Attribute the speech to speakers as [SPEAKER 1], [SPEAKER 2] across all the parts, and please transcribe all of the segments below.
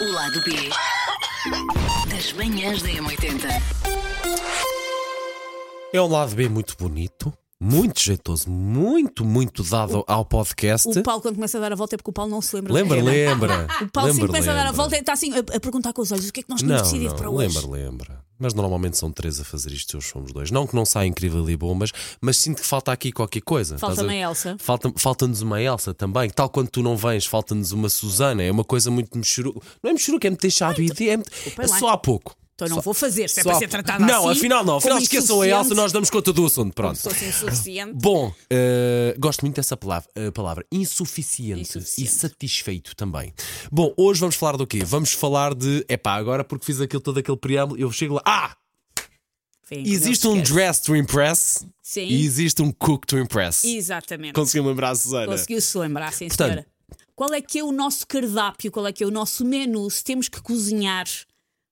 [SPEAKER 1] O lado B das manhãs da M80.
[SPEAKER 2] É um lado B muito bonito, muito jeitoso, muito, muito dado ao podcast.
[SPEAKER 3] O Paulo, quando começa a dar a volta, é porque o Paulo não se lembra.
[SPEAKER 2] Lembra,
[SPEAKER 3] do tema.
[SPEAKER 2] lembra.
[SPEAKER 3] O Paulo,
[SPEAKER 2] lembra,
[SPEAKER 3] sempre começa a dar a
[SPEAKER 2] lembra.
[SPEAKER 3] volta, está assim a, a perguntar com os olhos o que é que nós tínhamos
[SPEAKER 2] Não,
[SPEAKER 3] decidido
[SPEAKER 2] não,
[SPEAKER 3] para hoje.
[SPEAKER 2] lembra, lembra. Mas normalmente são três a fazer isto e hoje somos dois. Não que não saia incrível e bom, mas, mas sinto que falta aqui qualquer coisa.
[SPEAKER 3] Falta
[SPEAKER 2] Estás
[SPEAKER 3] uma Elsa.
[SPEAKER 2] Falta- Falta-nos uma Elsa também. Tal quando tu não vens, falta-nos uma Susana. É uma coisa muito mexuru. Não é mexuru, que é meter chá é, meter- é
[SPEAKER 3] lá.
[SPEAKER 2] só há pouco.
[SPEAKER 3] Então não vou fazer, se é
[SPEAKER 2] Só
[SPEAKER 3] para
[SPEAKER 2] há
[SPEAKER 3] ser
[SPEAKER 2] pouco.
[SPEAKER 3] tratado assim.
[SPEAKER 2] Não, afinal não. Afinal
[SPEAKER 3] como
[SPEAKER 2] esqueçam a
[SPEAKER 3] insuficiente,
[SPEAKER 2] Elsa, nós damos conta do assunto. Pronto.
[SPEAKER 3] Sou assim, insuficiente.
[SPEAKER 2] Bom, eh, gosto muito dessa palavra, eh, palavra insuficiente,
[SPEAKER 3] Insuficiente.
[SPEAKER 2] e satisfeito também. Bom, hoje vamos falar do quê? Vamos falar de. Epá, agora porque fiz aquele, todo aquele preâmbulo, eu chego lá. Ah!
[SPEAKER 3] Enfim,
[SPEAKER 2] Existe
[SPEAKER 3] não
[SPEAKER 2] um
[SPEAKER 3] se esquece.
[SPEAKER 2] dress to impress
[SPEAKER 3] Sim,
[SPEAKER 2] e existe um cook to impress.
[SPEAKER 3] exatamente.
[SPEAKER 2] Conseguiu lembrar, Susana?
[SPEAKER 3] Conseguiu-se lembrar, sim,
[SPEAKER 2] Portanto-
[SPEAKER 3] senhora. Qual é que é o nosso cardápio? Qual é que é o nosso menu? Se temos que cozinhar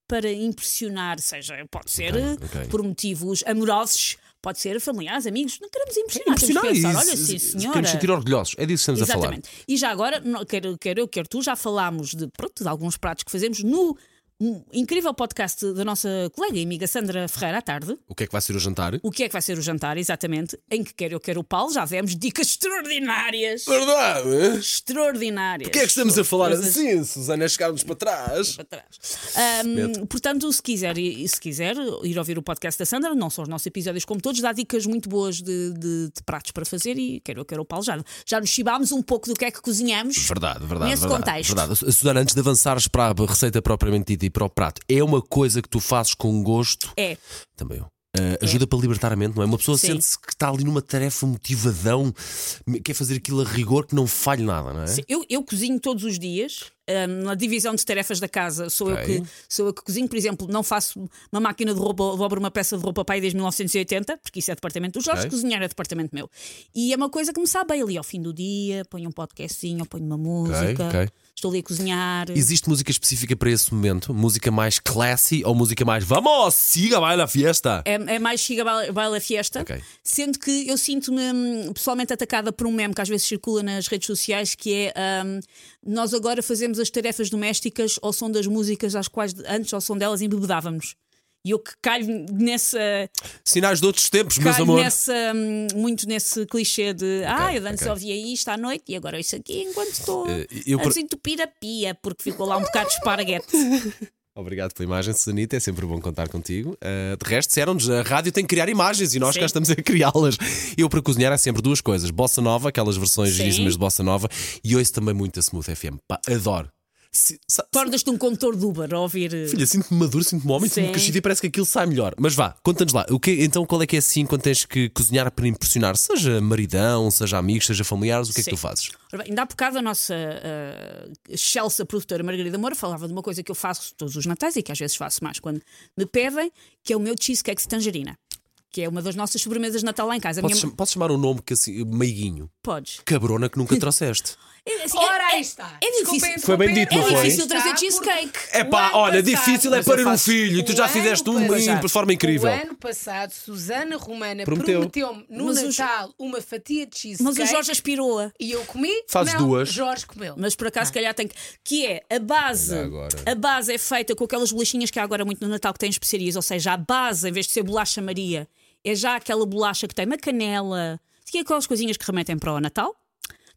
[SPEAKER 3] para impressionar, seja, pode ser eh,
[SPEAKER 2] Ok, ok.
[SPEAKER 3] por motivos amorosos, pode ser familiares, amigos, não queremos impressionar.
[SPEAKER 2] Impressionar
[SPEAKER 3] Ah, temos que pensar,
[SPEAKER 2] isso.
[SPEAKER 3] olha, sim, senhora.
[SPEAKER 2] Queremos sentir orgulhosos. É disso que estamos
[SPEAKER 3] Exatamente. E já agora, no- quer, quer eu, quer tu, já falámos de, pronto, de alguns pratos que fazemos no hum, incrível podcast da nossa colega e amiga Sandra Ferreira à tarde.
[SPEAKER 2] a falar. O que é que vai ser o jantar?
[SPEAKER 3] O que é que vai ser o jantar, exatamente? Em que quer eu, quer o Paulo, já demos dicas extraordinárias.
[SPEAKER 2] Verdade! O
[SPEAKER 3] Extraordinárias.
[SPEAKER 2] que é que estamos a falar
[SPEAKER 3] Coisas
[SPEAKER 2] assim, Susana? É chegarmos para trás.
[SPEAKER 3] para trás. Ahm,
[SPEAKER 2] Medo.
[SPEAKER 3] portanto, se quiser, e- e se quiser ir ouvir o podcast da Sandra, não só os nossos episódios como todos, dá dicas muito boas de, de- de pratos para fazer e quero eu, quero o Paulo, já, já nos chibámos um pouco do que é que cozinhamos.
[SPEAKER 2] Verdade, verdade.
[SPEAKER 3] Nesse
[SPEAKER 2] verdade,
[SPEAKER 3] contexto.
[SPEAKER 2] verdade. Susana, antes de avançares para a receita propriamente dita e para o prato, é uma coisa que tu fazes com gosto.
[SPEAKER 3] É,
[SPEAKER 2] Também eu. Ah, ajuda para libertar a mente, não é? Uma pessoa
[SPEAKER 3] Sim.
[SPEAKER 2] sente-se que está ali numa tarefa motivadão, quer fazer aquilo a rigor que não falhe nada, não é?
[SPEAKER 3] Sim, eu, eu cozinho todos os dias. hum, na divisão de tarefas da casa sou,
[SPEAKER 2] Ok.
[SPEAKER 3] eu que, sou eu que cozinho, por exemplo, não faço uma máquina de roupa, dobro uma peça de roupa pai desde 1980, porque isso é departamento do Jorge,
[SPEAKER 2] Ok.
[SPEAKER 3] cozinhar é departamento meu. E é uma coisa que me sabe bem ali ao fim do dia, ponho um podcastinho, ponho uma música,
[SPEAKER 2] ok.
[SPEAKER 3] estou ali a cozinhar.
[SPEAKER 2] Existe música específica para esse momento? Música mais classy ou música mais vamos, siga, vai na fiesta?
[SPEAKER 3] É, é mais chega baila, baila fiesta,
[SPEAKER 2] Ok.
[SPEAKER 3] sendo que eu sinto-me hum, pessoalmente atacada por um meme que às vezes circula nas redes sociais que é hum, nós agora fazemos as tarefas domésticas ao som das músicas às quais antes ao som delas embebedávamos. E eu que calho nessa,
[SPEAKER 2] Sinais de outros tempos, meus
[SPEAKER 3] calho
[SPEAKER 2] amores.
[SPEAKER 3] nessa hum, muito nesse clichê de ah, eu antes
[SPEAKER 2] ok.
[SPEAKER 3] ouvia isto à noite e agora isso aqui enquanto estou
[SPEAKER 2] Eh, eu
[SPEAKER 3] a
[SPEAKER 2] por-
[SPEAKER 3] desentupir a pia porque ficou lá um bocado de esparguete.
[SPEAKER 2] Obrigado pela imagem, Susanita. É sempre bom contar contigo. Ah, de resto, disseram-nos, a rádio tem que criar imagens e nós
[SPEAKER 3] Sim.
[SPEAKER 2] cá estamos a criá-las. Eu, para cozinhar, é sempre duas coisas: bossa nova, aquelas versões
[SPEAKER 3] Sim.
[SPEAKER 2] gismas de bossa nova, e ouço também muito a Smooth FM. Pá, adoro. Se- sa-
[SPEAKER 3] Tornas-te um condutor de Uber a ouvir. eh,
[SPEAKER 2] Filha, sinto-me maduro, sinto-me homem, sinto-me
[SPEAKER 3] Sim.
[SPEAKER 2] crescido e parece que aquilo sai melhor. Mas vá, conta-nos lá. O que, então, qual é que é assim quando tens que cozinhar para impressionar? Seja maridão, seja amigos, seja familiares, o que é
[SPEAKER 3] Sim.
[SPEAKER 2] que tu fazes?
[SPEAKER 3] Ora bem, ainda há bocado a nossa ah, Chelsea produtora Margarida Moura falava de uma coisa que eu faço todos os natais e que às vezes faço mais quando me pedem, que é o meu cheesecake de tangerina, que é uma das nossas sobremesas de Natal lá em casa. A
[SPEAKER 2] Posso,
[SPEAKER 3] minha...
[SPEAKER 2] cham- posso chamar um nome que assim, meiguinho?
[SPEAKER 3] Podes.
[SPEAKER 2] Cabrona que nunca trouxeste.
[SPEAKER 3] É, assim, é-
[SPEAKER 4] Ora,
[SPEAKER 3] é-
[SPEAKER 4] aí está.
[SPEAKER 3] É difícil,
[SPEAKER 4] Desculpem
[SPEAKER 2] Foi bem
[SPEAKER 4] interromper.
[SPEAKER 2] dito, não
[SPEAKER 3] é
[SPEAKER 2] foi?
[SPEAKER 3] difícil
[SPEAKER 4] Está
[SPEAKER 3] trazer
[SPEAKER 4] porque
[SPEAKER 3] cheesecake.
[SPEAKER 2] É pá,
[SPEAKER 4] ano
[SPEAKER 2] olha,
[SPEAKER 4] passado-
[SPEAKER 2] difícil é
[SPEAKER 4] Mas eu
[SPEAKER 2] parir um
[SPEAKER 3] faço-
[SPEAKER 2] filho e tu
[SPEAKER 4] o
[SPEAKER 2] já
[SPEAKER 4] ano
[SPEAKER 2] fizeste um
[SPEAKER 4] passado-
[SPEAKER 2] de forma incrível.
[SPEAKER 4] O ano passado, Susana Romana
[SPEAKER 2] Prometeu.
[SPEAKER 4] prometeu-me no
[SPEAKER 3] Mas o Jo-
[SPEAKER 4] Natal uma fatia de cheesecake
[SPEAKER 3] Mas o Jorge aspirou-a.
[SPEAKER 4] e eu comi.
[SPEAKER 2] Fazes
[SPEAKER 4] não,
[SPEAKER 2] duas.
[SPEAKER 4] Jorge comeu.
[SPEAKER 3] Mas por acaso, se calhar tem que. Que é a base.
[SPEAKER 2] Olha agora.
[SPEAKER 3] A base é feita com aquelas bolachinhas que há agora muito no Natal que têm especiarias. Ou seja, a base, em vez de ser bolacha Maria, é já aquela bolacha que tem uma canela. Tem aquelas coisinhas que remetem para o Natal.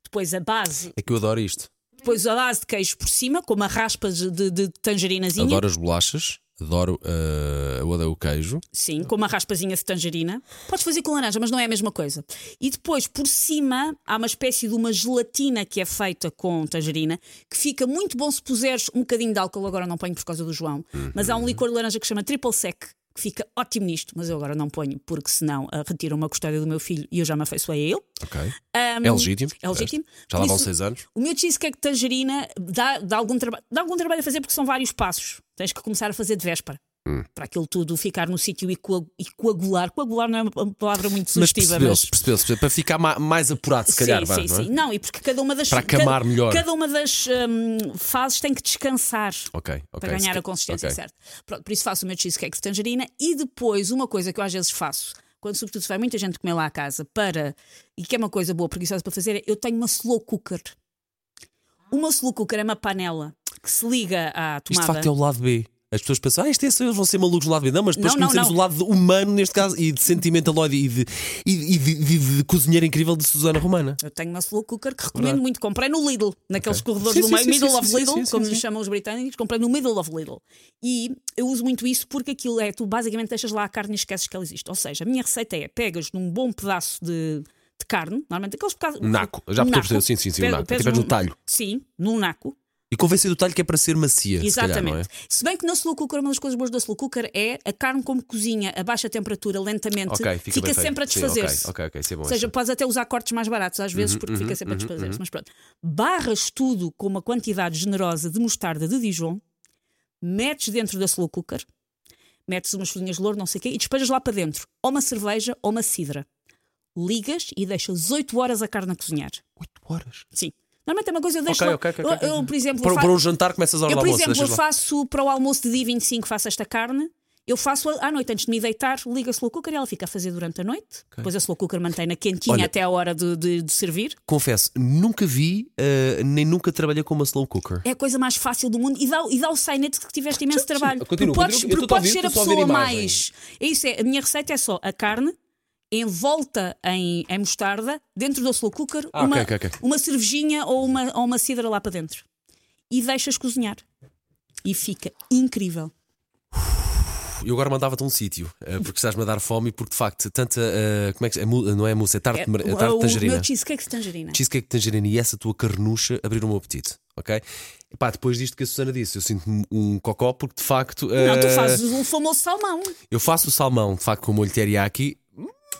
[SPEAKER 3] Depois a base,
[SPEAKER 2] É que eu adoro isto.
[SPEAKER 3] depois a base de queijo por cima, com uma raspa de, de, de tangerinazinha.
[SPEAKER 2] Adoro as bolachas, adoro ah, eu adoro o queijo.
[SPEAKER 3] Sim, com uma raspazinha de tangerina. Podes fazer com laranja, mas não é a mesma coisa. E depois, por cima, há uma espécie de uma gelatina que é feita com tangerina, que fica muito bom se puseres um bocadinho de álcool. Agora não ponho por causa do João, mas há um licor de laranja que se chama Triple Sec. Que fica ótimo nisto, mas eu agora não ponho, porque senão ah, retiram uma custódia do meu filho e eu já me afeiçoei a ele.
[SPEAKER 2] Ok. é legítimo.
[SPEAKER 3] É legítimo.
[SPEAKER 2] Já
[SPEAKER 3] Por
[SPEAKER 2] lá vão
[SPEAKER 3] isso-
[SPEAKER 2] seis anos.
[SPEAKER 3] O meu cheesecake de tangerina dá, dá algum traba- dá algum trabalho a fazer porque são vários passos. Tens que começar a fazer de véspera.
[SPEAKER 2] Hum.
[SPEAKER 3] Para aquilo tudo ficar no sítio e, coa- e coagular. Coagular não é uma palavra muito
[SPEAKER 2] Mas
[SPEAKER 3] sugestiva,
[SPEAKER 2] percebeu-se, percebeu-se. percebeu-se. Para ficar ma- mais apurado, se calhar.
[SPEAKER 3] sim,
[SPEAKER 2] vá,
[SPEAKER 3] sim,
[SPEAKER 2] não é?
[SPEAKER 3] sim. Não, e porque cada uma das
[SPEAKER 2] Para acamar
[SPEAKER 3] cada,
[SPEAKER 2] melhor.
[SPEAKER 3] Cada uma das hum, fases tem que descansar
[SPEAKER 2] Ok, ok.
[SPEAKER 3] para ganhar
[SPEAKER 2] Se-
[SPEAKER 3] a consistência
[SPEAKER 2] ok.
[SPEAKER 3] certa. Pronto, por isso faço o meu cheesecake de tangerina e depois uma coisa que eu às vezes faço, quando sobretudo se vai muita gente comer lá à casa para, e que é uma coisa boa, preguiçosa para fazer, é eu tenho uma slow cooker. Uma slow cooker é uma panela que se liga à
[SPEAKER 2] Isto de
[SPEAKER 3] tomada.
[SPEAKER 2] facto é o lado B. As pessoas pensam, ah, isto é só eles vão ser malucos do lado B. Não, mas depois
[SPEAKER 3] Não, não,
[SPEAKER 2] conhecemos
[SPEAKER 3] não.
[SPEAKER 2] o lado humano, neste caso, e de sentimentaloide e de, e, e de, de- de cozinheira incrível de Susana Romana.
[SPEAKER 3] Eu tenho uma slow cooker que recomendo muito. Comprei no Lidl, naqueles
[SPEAKER 2] Ok.
[SPEAKER 3] corredores
[SPEAKER 2] Sim,
[SPEAKER 3] do
[SPEAKER 2] sim,
[SPEAKER 3] meio,
[SPEAKER 2] sim,
[SPEAKER 3] Middle
[SPEAKER 2] sim,
[SPEAKER 3] of
[SPEAKER 2] sim,
[SPEAKER 3] Lidl,
[SPEAKER 2] sim, sim,
[SPEAKER 3] como
[SPEAKER 2] sim.
[SPEAKER 3] lhe chamam os britânicos, comprei no Middle of Lidl. E eu uso muito isso porque aquilo é, tu basicamente deixas lá a carne e esqueces que ela existe. Ou seja, a minha receita é, pegas num bom pedaço de, de carne, normalmente aqueles pedaços...
[SPEAKER 2] Naco. Já
[SPEAKER 3] um
[SPEAKER 2] percebi, sim, sim, sim, um
[SPEAKER 3] Pe-
[SPEAKER 2] naco.
[SPEAKER 3] pegas
[SPEAKER 2] Tiveres no
[SPEAKER 3] num-
[SPEAKER 2] talho.
[SPEAKER 3] Sim, num naco.
[SPEAKER 2] E convencer do talho que é para ser macia. se calhar,
[SPEAKER 3] Exatamente.
[SPEAKER 2] não é?
[SPEAKER 3] Se bem que na slow cooker, uma das coisas boas da slow cooker é a carne como cozinha a baixa temperatura lentamente,
[SPEAKER 2] Ok, fica, bem feito.
[SPEAKER 3] sempre a
[SPEAKER 2] Sim, ok,
[SPEAKER 3] desfazer-se.
[SPEAKER 2] Ok, ok, isso é bom.
[SPEAKER 3] Ou seja,
[SPEAKER 2] isso.
[SPEAKER 3] podes até usar cortes mais baratos às
[SPEAKER 2] Uhum,
[SPEAKER 3] vezes, porque fica sempre a desfazer-se. Mas pronto, barras tudo com uma quantidade generosa de mostarda de Dijon, metes dentro da slow cooker, metes umas folhinhas de louro, não sei o quê, e despejas lá para dentro ou uma cerveja ou uma cidra. Ligas e deixas 8 horas a carne a cozinhar.
[SPEAKER 2] Oito horas.
[SPEAKER 3] Sim. Normalmente é uma coisa, eu deixo.
[SPEAKER 2] Ok,
[SPEAKER 3] lá-
[SPEAKER 2] ok, ok,
[SPEAKER 3] eu-
[SPEAKER 2] ok. um
[SPEAKER 3] eu, por exemplo,
[SPEAKER 2] Para,
[SPEAKER 3] fa-
[SPEAKER 2] para o jantar começas a hora
[SPEAKER 3] eu,
[SPEAKER 2] do
[SPEAKER 3] por
[SPEAKER 2] almoço.
[SPEAKER 3] exemplo, eu
[SPEAKER 2] deixas lá.
[SPEAKER 3] faço para o almoço de dia 25, faço esta carne. Eu faço à noite, antes de me deitar, liga a slow cooker e ela fica a fazer durante a noite. Depois a slow cooker mantém-na quentinha
[SPEAKER 2] Olha-
[SPEAKER 3] até a hora de, de- de servir.
[SPEAKER 2] Confesso, nunca vi, eh, nem nunca trabalhei com uma slow cooker.
[SPEAKER 3] É a coisa mais fácil do mundo e dá, e dá o sainete que tiveste imenso trabalho.
[SPEAKER 2] continua,
[SPEAKER 3] porque podes,
[SPEAKER 2] continua, eu
[SPEAKER 3] porque
[SPEAKER 2] estou a
[SPEAKER 3] podes
[SPEAKER 2] ouvir,
[SPEAKER 3] ser a
[SPEAKER 2] estou só a ouvir
[SPEAKER 3] pessoa
[SPEAKER 2] a imagem.
[SPEAKER 3] mais. É isso, é, a minha receita é só a carne envolta em, em mostarda, dentro do slow cooker,
[SPEAKER 2] Ah,
[SPEAKER 3] uma,
[SPEAKER 2] ok, ok, ok.
[SPEAKER 3] uma cervejinha ou uma, ou uma cidra lá para dentro. E deixas cozinhar. E fica incrível.
[SPEAKER 2] Eu agora mandava-te a um sítio, eh, porque estás-me a dar fome, e porque de facto, tanta. eh, como é que se- é mu- Não é mousse, é tarte, de mar- é,
[SPEAKER 3] o-
[SPEAKER 2] tarte de
[SPEAKER 3] o
[SPEAKER 2] tangerina.
[SPEAKER 3] meu cheesecake de tangerina.
[SPEAKER 2] Cheesecake de tangerina e essa tua carnucha abriram o meu apetite, ok? Pá, depois disto que a Susana disse, eu sinto-me um cocó, porque de facto.
[SPEAKER 3] Não, tu
[SPEAKER 2] eh,
[SPEAKER 3] fazes o famoso salmão.
[SPEAKER 2] Eu faço o salmão, de facto, com o molho teriyaki,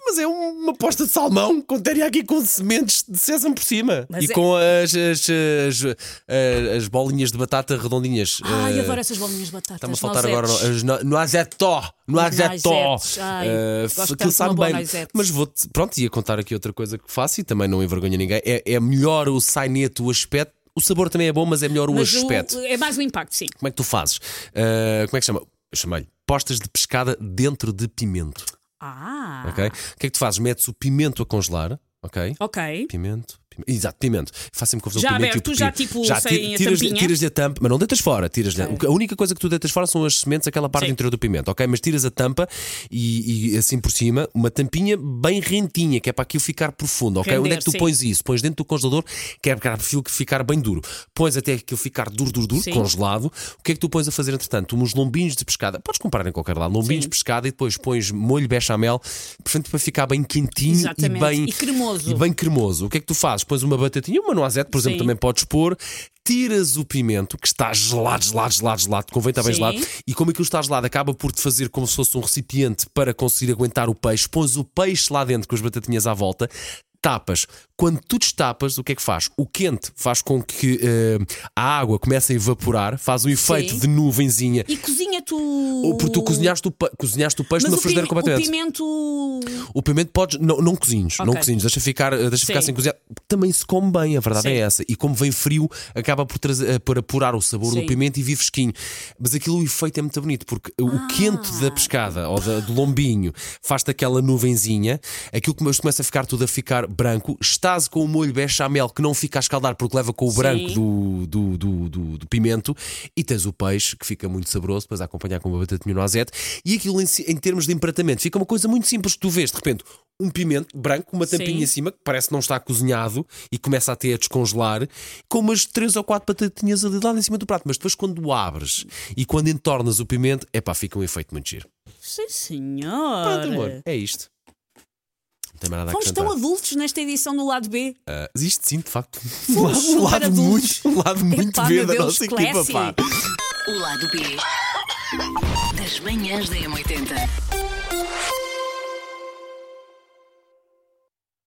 [SPEAKER 2] mas é uma posta de salmão com teriyaki com sementes de sésamo por cima.
[SPEAKER 3] Mas
[SPEAKER 2] e
[SPEAKER 3] é-
[SPEAKER 2] com as, as, as- as bolinhas de batata redondinhas. Eh,
[SPEAKER 3] Ai, adoro essas bolinhas de batatas.
[SPEAKER 2] Está-me a faltar agora
[SPEAKER 3] noisetes.
[SPEAKER 2] as no- noisetó. Noisetó.
[SPEAKER 3] Noisetes, ai,
[SPEAKER 2] Eh,
[SPEAKER 3] gosto tanto
[SPEAKER 2] Aquilo
[SPEAKER 3] de
[SPEAKER 2] sabe
[SPEAKER 3] uma boa
[SPEAKER 2] bem.
[SPEAKER 3] noisete.
[SPEAKER 2] Mas vou-te. Pronto, ia contar aqui outra coisa que faço e também não envergonha ninguém. É, é melhor o saineto, o aspecto. O sabor também é bom, mas é melhor o
[SPEAKER 3] Mas
[SPEAKER 2] aspecto.
[SPEAKER 3] o- é mais o impacto, sim.
[SPEAKER 2] Como é que tu fazes? Eh, como é que chama? Eu chamei-lhe postas de pescada dentro de pimento.
[SPEAKER 3] Ah,
[SPEAKER 2] Ok? O que é que tu fazes? Metes o pimento a congelar, ok?
[SPEAKER 3] ok.
[SPEAKER 2] Pimento. pime- Exato, pimento. Faço sempre confusão
[SPEAKER 3] Já
[SPEAKER 2] com pimento
[SPEAKER 3] aberto,
[SPEAKER 2] e o
[SPEAKER 3] já
[SPEAKER 2] pepino.
[SPEAKER 3] tipo
[SPEAKER 2] já
[SPEAKER 3] sem
[SPEAKER 2] ti-
[SPEAKER 3] a
[SPEAKER 2] tiras,
[SPEAKER 3] tampinha.
[SPEAKER 2] tiras a tampa, mas não deitas fora, tiras lhe A única coisa que tu deitas fora são as sementes, aquela parte
[SPEAKER 3] Sim.
[SPEAKER 2] interior do pimento, ok? Mas tiras a tampa e, e assim por cima, uma tampinha bem rentinha, que é para aquilo ficar profundo, ok?
[SPEAKER 3] Render,
[SPEAKER 2] Onde é que tu
[SPEAKER 3] sim.
[SPEAKER 2] pões isso? Pões dentro do congelador, que é para aquilo que ficar bem duro. Pões até aquilo ficar duro, duro, duro,
[SPEAKER 3] Sim.
[SPEAKER 2] congelado. O que é que tu pões a fazer entretanto? Uns lombinhos de pescada, podes comprar em qualquer lado, lombinhos de
[SPEAKER 3] Sim.
[SPEAKER 2] pescada e depois pões molho bechamel, portanto, para ficar bem quentinho
[SPEAKER 3] Exatamente.
[SPEAKER 2] e bem
[SPEAKER 3] E cremoso.
[SPEAKER 2] e bem cremoso. O que é que tu fazes? Pões uma batatinha, uma noisette, por exemplo,
[SPEAKER 3] Sim.
[SPEAKER 2] também podes pôr. Tiras o pimento, que está gelado, gelado, gelado, gelado, convém estar bem
[SPEAKER 3] Sim.
[SPEAKER 2] gelado, e como aquilo está gelado, acaba por te fazer como se fosse um recipiente para conseguir aguentar o peixe. Pões o peixe lá dentro com as batatinhas à volta, tapas. Quando tu destapas, o que é que faz? O quente faz com que eh, a água comece a evaporar, faz um efeito
[SPEAKER 3] Sim.
[SPEAKER 2] de nuvenzinha,
[SPEAKER 3] E cozinha tu.
[SPEAKER 2] Oh, porque tu cozinhaste o, pe- cozinhaste o peixe
[SPEAKER 3] Mas
[SPEAKER 2] numa
[SPEAKER 3] o,
[SPEAKER 2] frigideira
[SPEAKER 3] pime- o
[SPEAKER 2] completamente.
[SPEAKER 3] pimento.
[SPEAKER 2] O pimento podes. Não, não cozinhos, não
[SPEAKER 3] Ok.
[SPEAKER 2] cozinhos, deixa ficar, eh, deixa ficar
[SPEAKER 3] Sim.
[SPEAKER 2] sem cozinhar. Porque Também se come bem, a verdade
[SPEAKER 3] Sim.
[SPEAKER 2] é essa. E como vem frio, acaba por, trazer, eh, por apurar o sabor do
[SPEAKER 3] Sim.
[SPEAKER 2] pimento e vir fresquinho. Mas aquilo o efeito é muito bonito, porque
[SPEAKER 3] Ah.
[SPEAKER 2] o quente da pescada ou da- do lombinho faz-te aquela nuvenzinha, aquilo come- começa a ficar tudo a ficar branco. Estás com o molho bechamel que não fica a escaldar porque leva com o branco do, do, do, do- do pimento e tens o peixe que fica muito saboroso, depois a acompanhar com uma batatinha no azete. E aquilo em, si- em termos de empratamento fica uma coisa muito simples que tu vês de repente. Um pimento branco, uma tampinha
[SPEAKER 3] Sim.
[SPEAKER 2] em cima, que parece que não está cozinhado e começa até a descongelar, com umas três ou quatro batatinhas ali de lado em cima do prato. Mas depois, quando o abres e quando entornas o pimento, é pá, fica um efeito muito giro.
[SPEAKER 3] Sim,
[SPEAKER 2] Pronto, amor,
[SPEAKER 3] senhor.
[SPEAKER 2] é isto. Não tem mais nada a
[SPEAKER 3] Fomos
[SPEAKER 2] acrescentar.
[SPEAKER 3] tão adultos nesta edição do lado B.
[SPEAKER 2] Ah, existe sim, de facto, um
[SPEAKER 3] Fomos
[SPEAKER 2] lado, um
[SPEAKER 3] super
[SPEAKER 2] lado
[SPEAKER 3] adultos.
[SPEAKER 2] muito, um lado muito
[SPEAKER 3] Epá,
[SPEAKER 2] B
[SPEAKER 3] meu
[SPEAKER 2] da
[SPEAKER 3] Deus,
[SPEAKER 2] nossa
[SPEAKER 3] classy.
[SPEAKER 2] equipa, pá.
[SPEAKER 1] O lado B das manhãs da M80.